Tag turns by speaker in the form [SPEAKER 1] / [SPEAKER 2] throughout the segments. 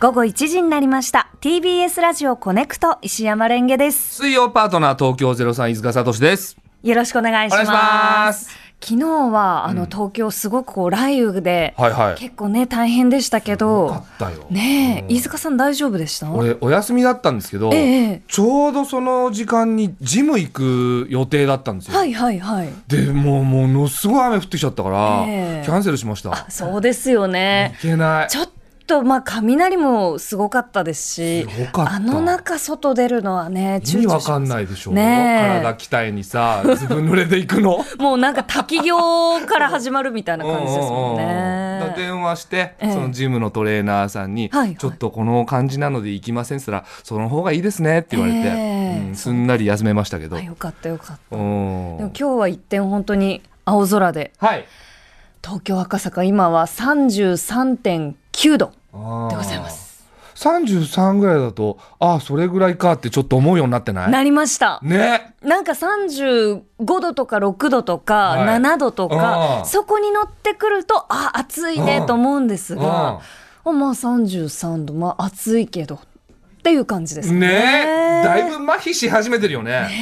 [SPEAKER 1] 午後1時になりました TBS ラジオコネクト石山レンゲです
[SPEAKER 2] 水曜パートナー東京ゼロ三飯塚聡です。
[SPEAKER 1] よろしくお願いします
[SPEAKER 2] お願いします
[SPEAKER 1] 昨日はあの東京すごくこう雷雨で、
[SPEAKER 2] はいはい
[SPEAKER 1] 結構ね大変でしたけ
[SPEAKER 2] よか
[SPEAKER 1] ど
[SPEAKER 2] ったよ。
[SPEAKER 1] ねえ飯塚さん大丈夫でした
[SPEAKER 2] 俺お休みだったんですけど、
[SPEAKER 1] ええ
[SPEAKER 2] ちょうどその時間にジム行く予定だったんですよ。
[SPEAKER 1] はいはいはい
[SPEAKER 2] でもうものすごい雨降ってきちゃったから、
[SPEAKER 1] ええ
[SPEAKER 2] キャンセルしました。い
[SPEAKER 1] そうですよね
[SPEAKER 2] けない。
[SPEAKER 1] ちょっとまあ雷もすごかったですし
[SPEAKER 2] すごかった
[SPEAKER 1] あの中外出るのはね
[SPEAKER 2] 意味わかん
[SPEAKER 1] い
[SPEAKER 2] ないでしょ。
[SPEAKER 1] ねえ
[SPEAKER 2] 体鍛えにさずぶ濡れていくの。
[SPEAKER 1] もうなんか滝行から始まるみたいな感じですもん
[SPEAKER 2] うんうんうんだか
[SPEAKER 1] ね。
[SPEAKER 2] ら電話して、
[SPEAKER 1] ええ
[SPEAKER 2] そのジムのトレーナーさんに、
[SPEAKER 1] はいはい
[SPEAKER 2] ちょっとこの感じなので行きませんっつったら、その方がいいですねって言われて、
[SPEAKER 1] ええ
[SPEAKER 2] うんすんなり休めましたけど。
[SPEAKER 1] あよかったよかった。
[SPEAKER 2] う
[SPEAKER 1] でも
[SPEAKER 2] ん
[SPEAKER 1] 今日は一点本当に青空で
[SPEAKER 2] はい。
[SPEAKER 1] 東京赤坂今は33.9度
[SPEAKER 2] で
[SPEAKER 1] でございま。す。
[SPEAKER 2] 33ぐらいだと、ああ、それぐらいかってちょっと思うようになってない
[SPEAKER 1] なりました。
[SPEAKER 2] ね
[SPEAKER 1] なんか35度とか6度とか
[SPEAKER 2] はい
[SPEAKER 1] 7度とか、
[SPEAKER 2] うん
[SPEAKER 1] そこに乗ってくるとあ暑いねと思うんですが、まあ33度まあ暑いけどっていう感じですか
[SPEAKER 2] ね
[SPEAKER 1] ね。
[SPEAKER 2] だいぶ麻痺し始めてるよね。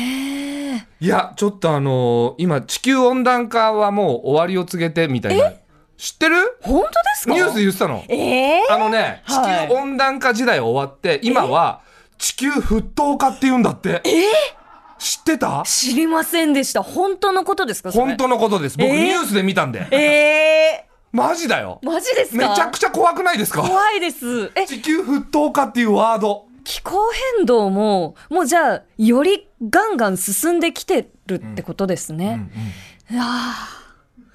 [SPEAKER 2] いや、ちょっとあのー今、地球温暖化はもう終わりを告げてみたいな。知ってる
[SPEAKER 1] 本当ですか
[SPEAKER 2] ニュースで言ってたの。
[SPEAKER 1] ええ
[SPEAKER 2] あのね、地
[SPEAKER 1] はい
[SPEAKER 2] 球温暖化時代終わって、今は地球沸騰化って言うんだって。知ってた
[SPEAKER 1] 知りませんでした。本当のことですかそれ
[SPEAKER 2] 本当のことです。僕
[SPEAKER 1] えー
[SPEAKER 2] ニュースで見たんで。
[SPEAKER 1] え
[SPEAKER 2] マジだよ
[SPEAKER 1] ー、。マジです
[SPEAKER 2] め
[SPEAKER 1] か
[SPEAKER 2] ちゃくちゃ怖くないですか
[SPEAKER 1] 怖いです。え、
[SPEAKER 2] 地球沸騰化っていうワード。
[SPEAKER 1] 気候変動も、もうじゃあ、よりガンガン進んできてるってことですね。いや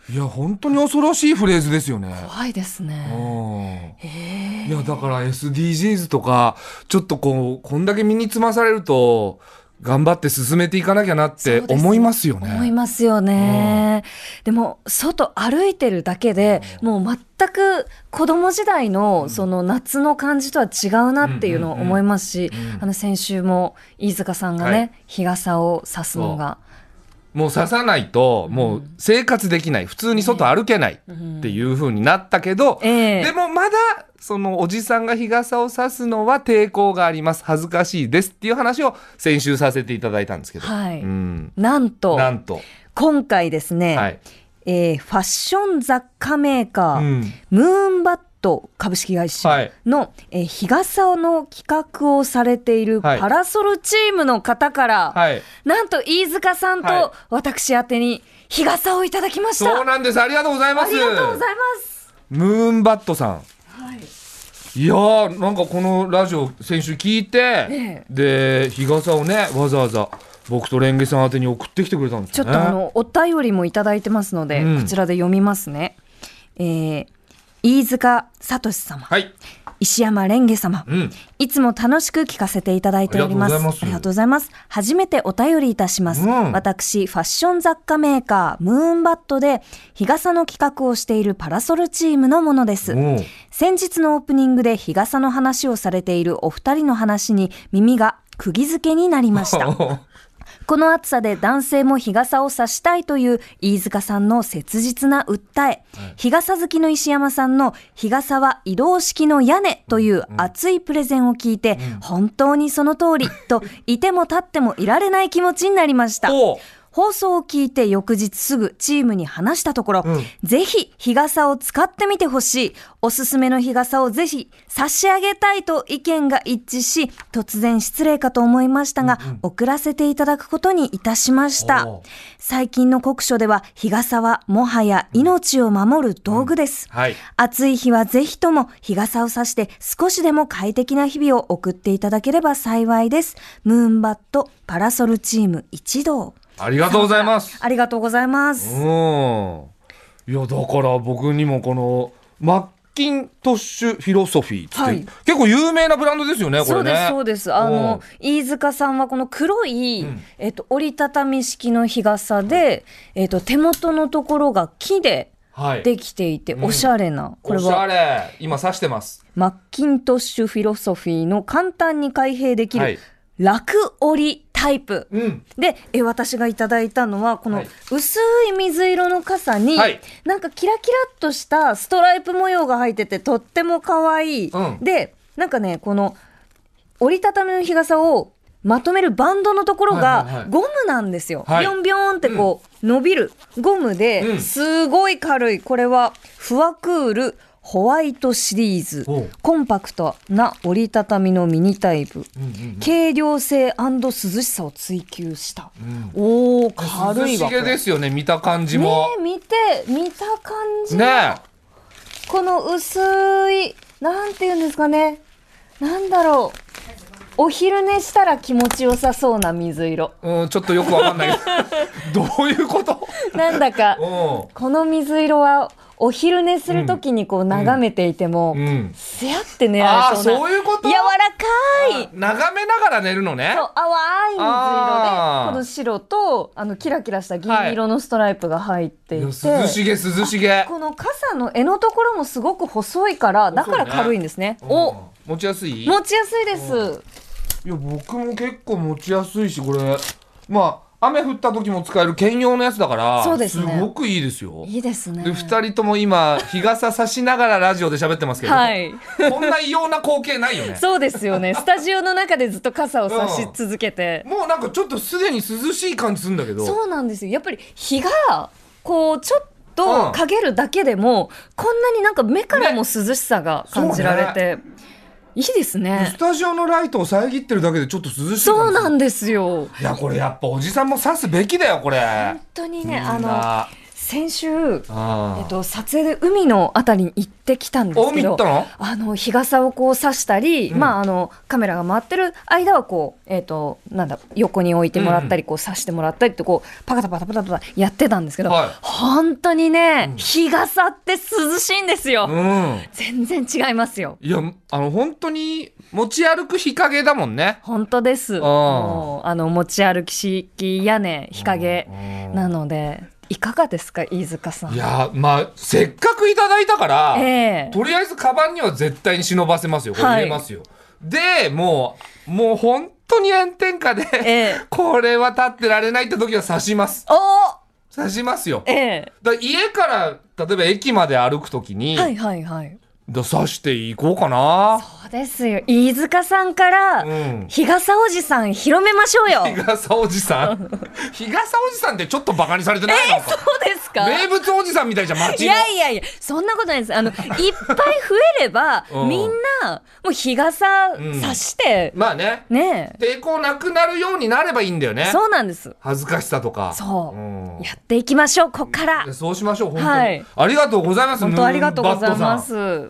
[SPEAKER 1] ー
[SPEAKER 2] いや、本当に恐ろしいフレーズですよね。
[SPEAKER 1] 怖いですね。
[SPEAKER 2] うんいや、だから SDGs とか、ちょっとこう、こんだけ身につまされると、頑張って進めていかなきゃなって思いますよね。
[SPEAKER 1] 思いますよね。でも、外歩いてるだけで、もう全く子供時代のその夏の感じとは違うなっていうのを思いますし、あの先週も飯塚さんが
[SPEAKER 2] はい
[SPEAKER 1] ね、日傘を差すのが。
[SPEAKER 2] もう刺さないと、もう生活できない、普通に外歩けないっていう風になったけど、
[SPEAKER 1] ええ
[SPEAKER 2] でもまだ、そのおじさんが日傘を差すのは抵抗があります、恥ずかしいですっていう話を先週させていただいたんですけど、
[SPEAKER 1] はい
[SPEAKER 2] うん、
[SPEAKER 1] なんと、
[SPEAKER 2] なんと、
[SPEAKER 1] 今回ですね、
[SPEAKER 2] はい
[SPEAKER 1] えーファッション雑貨メーカー、
[SPEAKER 2] うん
[SPEAKER 1] ムーンバット株式会
[SPEAKER 2] はい
[SPEAKER 1] 社の、えー日傘の企画をされている
[SPEAKER 2] はい
[SPEAKER 1] パラソルチームの方から、
[SPEAKER 2] はい、
[SPEAKER 1] なんと飯塚さん
[SPEAKER 2] はい
[SPEAKER 1] と私宛てに日傘をいただきました、
[SPEAKER 2] そうなんです、ありがとうございま
[SPEAKER 1] あ
[SPEAKER 2] す。
[SPEAKER 1] りがとうございます
[SPEAKER 2] ムーンバットさん
[SPEAKER 1] い
[SPEAKER 2] いやーなんかこのラジオ先週聞いて
[SPEAKER 1] え、
[SPEAKER 2] で日傘をねわざわざ僕とレンゲさん宛てに送ってきてくれたんです
[SPEAKER 1] ちょっ
[SPEAKER 2] よね
[SPEAKER 1] とあのお便りもいただいてますので、
[SPEAKER 2] うん
[SPEAKER 1] こちらで読みますね、えー飯塚聡様、
[SPEAKER 2] はい
[SPEAKER 1] 石山レンゲ様、
[SPEAKER 2] ん
[SPEAKER 1] いつも楽しく聞かせていただいております。
[SPEAKER 2] あ
[SPEAKER 1] あ
[SPEAKER 2] り
[SPEAKER 1] り
[SPEAKER 2] が
[SPEAKER 1] が
[SPEAKER 2] と
[SPEAKER 1] とうございます。初めてお便りいたします。
[SPEAKER 2] うん
[SPEAKER 1] 私、ファッション雑貨メーカー、ムーンバットで、日傘の企画をしているパラソルチームのものです。
[SPEAKER 2] うん
[SPEAKER 1] 先日のオープニングで日傘の話をされているお二人の話に耳が釘付けになりま した。この暑さで男性も日傘を差したいという飯塚さんの切実な訴え、日傘好きの石山さんの日傘は移動式の屋根という熱いプレゼンを聞いて、本当にその通りと、いても立ってもいられない気持ちになりました。
[SPEAKER 2] おう
[SPEAKER 1] 放送を聞いて翌日すぐチームに話したところ、
[SPEAKER 2] うん
[SPEAKER 1] ぜひ日傘を使ってみてほしい。おすすめの日傘をぜひ差し上げたいと意見が一致し、突然失礼かと思いましたが、送らせていただくことにいたしました
[SPEAKER 2] おー。
[SPEAKER 1] 最近の酷暑では日傘はもはや命を守る道具です。
[SPEAKER 2] はい
[SPEAKER 1] 暑い日はぜひとも日傘を差して少しでも快適な日々を送っていただければ幸いです。ムーンバットパラソルチーム一同。
[SPEAKER 2] ありがとうございます
[SPEAKER 1] ありがとうございま
[SPEAKER 2] う
[SPEAKER 1] す。
[SPEAKER 2] んいやだから僕にもこのマッキントッシュフィロソフィーっつって、
[SPEAKER 1] はい
[SPEAKER 2] 結構有名なブランドですよねこ
[SPEAKER 1] そ
[SPEAKER 2] れ
[SPEAKER 1] う
[SPEAKER 2] ね
[SPEAKER 1] です、そうです。あ
[SPEAKER 2] うん
[SPEAKER 1] の、飯塚さんはこの黒い、えっと、折りたたみ式の日傘で、えっと、手元のところが木で
[SPEAKER 2] はい
[SPEAKER 1] できていて、おしゃれな、これ
[SPEAKER 2] おしゃ
[SPEAKER 1] は、
[SPEAKER 2] れ今刺してます
[SPEAKER 1] マッキントッシュフィロソフィーの簡単に開閉でき
[SPEAKER 2] はい
[SPEAKER 1] る、楽折りタイプ。
[SPEAKER 2] うん
[SPEAKER 1] で、え私がいただいたのは、こ
[SPEAKER 2] は
[SPEAKER 1] の
[SPEAKER 2] い
[SPEAKER 1] 薄い水色の傘に、
[SPEAKER 2] はい
[SPEAKER 1] なんかキラキラっとしたストライプ模様が入ってて、とっても可愛い。
[SPEAKER 2] うん
[SPEAKER 1] で、なんかね、この、折りたたみの日傘をまとめるバンドのところ
[SPEAKER 2] はいはいは
[SPEAKER 1] が
[SPEAKER 2] い
[SPEAKER 1] ゴムなんですよ。ビ
[SPEAKER 2] はい
[SPEAKER 1] ョンビョーンってこう伸びるゴム
[SPEAKER 2] う
[SPEAKER 1] で
[SPEAKER 2] ん
[SPEAKER 1] すごい軽い。これはフワクールホワイトシリーズ
[SPEAKER 2] おう。
[SPEAKER 1] コンパクトな折りたたみのミニタイプ。
[SPEAKER 2] うんうん
[SPEAKER 1] 軽量性涼しさを追求した。
[SPEAKER 2] うん
[SPEAKER 1] おお軽いわ。
[SPEAKER 2] 涼しげですよね見た感じ
[SPEAKER 1] ね
[SPEAKER 2] も
[SPEAKER 1] え見て見た感じ
[SPEAKER 2] ね
[SPEAKER 1] の
[SPEAKER 2] え
[SPEAKER 1] この薄いなんていうんですかねなんだろうお昼寝したら気持ちよさそうな水色
[SPEAKER 2] うん、ちょっとよくわかんないけ どどういうこと
[SPEAKER 1] なんだ か
[SPEAKER 2] う
[SPEAKER 1] この水色はお昼寝するときにこう眺めていても、
[SPEAKER 2] ん、うん、
[SPEAKER 1] すやって寝ら
[SPEAKER 2] ああ
[SPEAKER 1] れそうな
[SPEAKER 2] そういうこと
[SPEAKER 1] 柔らかい
[SPEAKER 2] 眺めながら寝るのね
[SPEAKER 1] そう淡い水色で
[SPEAKER 2] あー
[SPEAKER 1] この白とあのキラキラした銀色のストライプが入ってい
[SPEAKER 2] い
[SPEAKER 1] て、
[SPEAKER 2] や涼しげ涼しげ
[SPEAKER 1] この傘の柄のところもすごく細いからだから軽いんですねお
[SPEAKER 2] うん持ちやすいいや
[SPEAKER 1] 持ちやすいです
[SPEAKER 2] 僕も結構持ちやすいしこれまあ雨降った時も使える兼用のやつだから
[SPEAKER 1] そうですね
[SPEAKER 2] ごくいいですよ
[SPEAKER 1] いいですね
[SPEAKER 2] で2人とも今日傘差しながらラジオで喋ってますけど、
[SPEAKER 1] はい
[SPEAKER 2] こんな異様な光景ないよね
[SPEAKER 1] そうですよねスタジオの中でずっと傘を差し続けて、
[SPEAKER 2] もうなんかちょっとすでに涼しい感じするんだけど
[SPEAKER 1] そうなんですよやっぱり日がこうちょっ
[SPEAKER 2] う
[SPEAKER 1] と
[SPEAKER 2] ん
[SPEAKER 1] 陰るだけでも、こんなになんか目からも涼しさが感じられて、いいです
[SPEAKER 2] ス
[SPEAKER 1] ね
[SPEAKER 2] タジオのライトを遮ってるだけでちょっと涼しい感じする
[SPEAKER 1] そうなんですよ
[SPEAKER 2] いやこれやっぱおじさんも刺すべきだよこれ
[SPEAKER 1] 本当にねあ
[SPEAKER 2] みん
[SPEAKER 1] の
[SPEAKER 2] な
[SPEAKER 1] 先週
[SPEAKER 2] あ
[SPEAKER 1] えっと、撮影で海のあたりに行ってきたんです
[SPEAKER 2] お
[SPEAKER 1] け
[SPEAKER 2] 見行
[SPEAKER 1] ど
[SPEAKER 2] った、の
[SPEAKER 1] あの日傘をこう差したり、
[SPEAKER 2] うん
[SPEAKER 1] まあ、あのカメラが回ってる間はこう、えっとなんだ横に置いてもらったり、こう差してもらったりってこうパカタパタパタパタやってたんですけど、
[SPEAKER 2] はい
[SPEAKER 1] 本当にね、
[SPEAKER 2] うん
[SPEAKER 1] 日傘って涼しいんですよ、
[SPEAKER 2] うん
[SPEAKER 1] 全然違いますよ
[SPEAKER 2] いやあの本当に持ち歩く日陰だもんね
[SPEAKER 1] 本当です
[SPEAKER 2] ん
[SPEAKER 1] もうあの持ち歩き式屋根日陰
[SPEAKER 2] うん
[SPEAKER 1] なのでいかがですか飯塚さん
[SPEAKER 2] いやまあせっかくいただいたから、
[SPEAKER 1] ええ
[SPEAKER 2] とりあえずカバンには絶対に忍ばせますよこれ入れますよ、でもうもう本当に炎天下で、
[SPEAKER 1] ええ
[SPEAKER 2] これは立ってられないって時は刺します
[SPEAKER 1] おー
[SPEAKER 2] 刺しますよ
[SPEAKER 1] ええ
[SPEAKER 2] だから家から例えば駅まで歩くときに、
[SPEAKER 1] はいはいはい
[SPEAKER 2] だ刺していこうかな
[SPEAKER 1] そうですよ飯塚さんから、
[SPEAKER 2] うん
[SPEAKER 1] 日傘おじさん広めましょ うよ。
[SPEAKER 2] 日傘おじさ ん日傘おじさんってちょっとバカにされてないのか、
[SPEAKER 1] そうですか。
[SPEAKER 2] 名物おじさんみたいじゃん
[SPEAKER 1] い
[SPEAKER 2] 街の
[SPEAKER 1] やいやいや、そんなことないです。あ の、いっぱい増えれば
[SPEAKER 2] う、ん
[SPEAKER 1] みんな、もう日傘
[SPEAKER 2] うん
[SPEAKER 1] さして、
[SPEAKER 2] まあね
[SPEAKER 1] ね
[SPEAKER 2] 抵抗なくなるようになればいいんだよ
[SPEAKER 1] え、
[SPEAKER 2] ね
[SPEAKER 1] そうなんです。
[SPEAKER 2] 恥ずかしさとか
[SPEAKER 1] そうう、
[SPEAKER 2] ん
[SPEAKER 1] やっていきましょう、こっから
[SPEAKER 2] いや。そうしましょう本当に、
[SPEAKER 1] はい
[SPEAKER 2] ありがとうございます
[SPEAKER 1] 本当ありがとうございま
[SPEAKER 2] ム
[SPEAKER 1] す。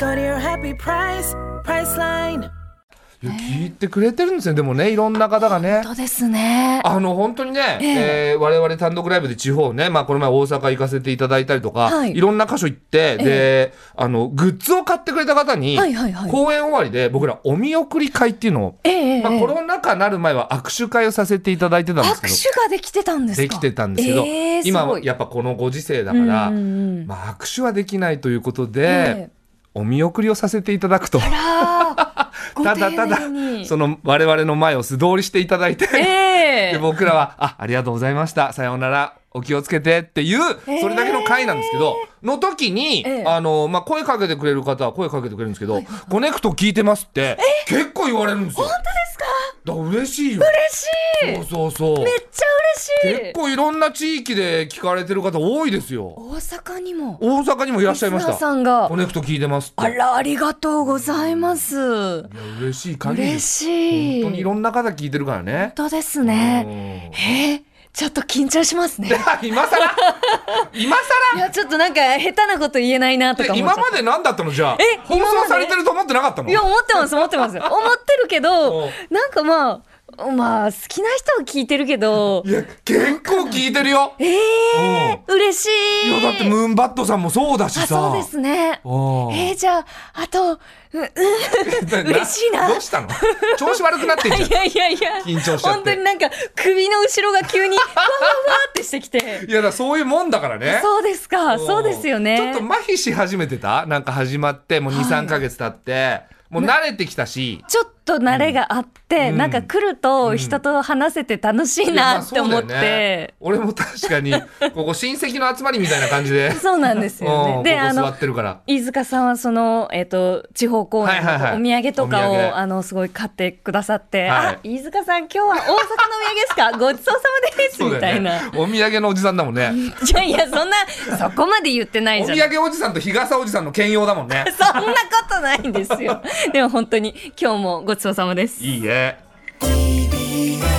[SPEAKER 3] Go to your happy price, price line.
[SPEAKER 2] いや聞いてくれてるんですねでもねいろんな方がね
[SPEAKER 1] 本当ですね。
[SPEAKER 2] あの本当にね、えー我々単独ライブで地方ね、まあ、この前大阪行かせていただいたりとか、
[SPEAKER 1] はい
[SPEAKER 2] い、ろんな箇所行って、であのグッズを買ってくれた方に、
[SPEAKER 1] はいはいはい
[SPEAKER 2] 公演終わりで僕らお見送り会っていうのを、
[SPEAKER 1] ええええ
[SPEAKER 2] まあ、コロナ禍なる前は握手会をさせていただいてたんですけど
[SPEAKER 1] 握手ができてたんですか
[SPEAKER 2] できてたんですけど、
[SPEAKER 1] ええ
[SPEAKER 2] 今は
[SPEAKER 1] すごい
[SPEAKER 2] やっぱこのご時世だから、
[SPEAKER 1] うんうんうん
[SPEAKER 2] まあ、握手はできないということで、
[SPEAKER 1] ええ
[SPEAKER 2] お見送りをさせていただくと。
[SPEAKER 1] あーご
[SPEAKER 2] ただただ
[SPEAKER 1] 丁寧に
[SPEAKER 2] その我々の前を素通りしていただいて、
[SPEAKER 1] ええ
[SPEAKER 2] で僕らは「あありがとうございましたさようならお気をつけて」っていう
[SPEAKER 1] えー
[SPEAKER 2] それだけの回なんですけど、の時に、
[SPEAKER 1] ええ
[SPEAKER 2] あのまあ、声かけてくれる方は声かけてくれるんですけど「コネクト聞いてます」って結構言われるんですよ。本当ですかだから嬉しいよ
[SPEAKER 1] 嬉しいめっ
[SPEAKER 2] そうそうそう
[SPEAKER 1] ちゃ嬉しい
[SPEAKER 2] 結構いろんな地域で聞かれてる方多いですよ。
[SPEAKER 1] 大阪にも
[SPEAKER 2] 大阪にもいらっしゃいま
[SPEAKER 1] リ
[SPEAKER 2] し
[SPEAKER 1] スナーさ
[SPEAKER 2] た。
[SPEAKER 1] んが
[SPEAKER 2] コネクト聞いてますって。
[SPEAKER 1] あらありがとうございます
[SPEAKER 2] いや嬉しい限りで
[SPEAKER 1] 嬉
[SPEAKER 2] す。
[SPEAKER 1] しい
[SPEAKER 2] 本当にいろんな方聞いてるからね。
[SPEAKER 1] 本当ですね
[SPEAKER 2] うん
[SPEAKER 1] えーちょっと緊張しますね
[SPEAKER 2] 今更 今
[SPEAKER 1] い
[SPEAKER 2] 更
[SPEAKER 1] やちょっとなんか下手なこと言えないなとか
[SPEAKER 2] で
[SPEAKER 1] 思っ
[SPEAKER 2] 今
[SPEAKER 1] ちゃっ
[SPEAKER 2] まで何だったのじゃあ
[SPEAKER 1] え
[SPEAKER 2] 放
[SPEAKER 1] 今ま
[SPEAKER 2] 送
[SPEAKER 1] で
[SPEAKER 2] されてると思ってなかったの
[SPEAKER 1] たいや思ってます思ってます思ってるけ
[SPEAKER 2] う
[SPEAKER 1] ど
[SPEAKER 2] ん
[SPEAKER 1] なんかまあまあ、好きな人は聞いてるけど
[SPEAKER 2] い、や、結構聞いてるよ。ええ
[SPEAKER 1] 嬉しい。
[SPEAKER 2] いや、だってムーンバットさんもそうだし
[SPEAKER 1] あ、
[SPEAKER 2] さ。
[SPEAKER 1] そうですね。え
[SPEAKER 2] うん
[SPEAKER 1] ー、じゃあ、あと、う、うん、嬉しいな
[SPEAKER 2] どうしたの調子悪くなってんじゃん。
[SPEAKER 1] いやいやいや、
[SPEAKER 2] 緊張しちゃって
[SPEAKER 1] 本当になんか、首の後ろが 急に、わわわってしてきて。
[SPEAKER 2] いやだからそういうもんだからね。
[SPEAKER 1] そうですか、
[SPEAKER 2] ん
[SPEAKER 1] そうですよ
[SPEAKER 2] ちょっ
[SPEAKER 1] ね
[SPEAKER 2] と。麻痺し始めてたなんか始まって、もう2、
[SPEAKER 1] はい
[SPEAKER 2] 3ヶ月経って、もう慣れてきたし。
[SPEAKER 1] ちょっと慣れがあって、
[SPEAKER 2] うん
[SPEAKER 1] なんか来ると人と話せて楽しい
[SPEAKER 2] いやま
[SPEAKER 1] な
[SPEAKER 2] あ
[SPEAKER 1] って思って。
[SPEAKER 2] そうだよね、俺も確 かに、ここ親戚の集まりみたいな感じで。
[SPEAKER 1] そうなんですよ
[SPEAKER 2] うん
[SPEAKER 1] ね。で、
[SPEAKER 2] ここ
[SPEAKER 1] あ
[SPEAKER 2] 座
[SPEAKER 1] の
[SPEAKER 2] っ、てるから。
[SPEAKER 1] 飯塚さんはその、えっ、と、地方公演の
[SPEAKER 2] はいはいはい
[SPEAKER 1] お土産とかを、
[SPEAKER 2] お土産
[SPEAKER 1] あの、すごい買ってくださって、
[SPEAKER 2] はい
[SPEAKER 1] あ、飯塚さん今日は大阪のお土産ですかごちそうさまです
[SPEAKER 2] そう
[SPEAKER 1] みた
[SPEAKER 2] だ
[SPEAKER 1] い
[SPEAKER 2] よね
[SPEAKER 1] な。い。
[SPEAKER 2] お土産のおじさんだもんね。
[SPEAKER 1] やいや、そんな、そこまで言ってない
[SPEAKER 2] お
[SPEAKER 1] じ
[SPEAKER 2] 土
[SPEAKER 1] ゃん。
[SPEAKER 2] 産おじさんと日傘おじさんの兼用だも んね。
[SPEAKER 1] そんなことないんですよ。でも本当に、今日もごちそうさまです。
[SPEAKER 2] いいえ。
[SPEAKER 4] TBS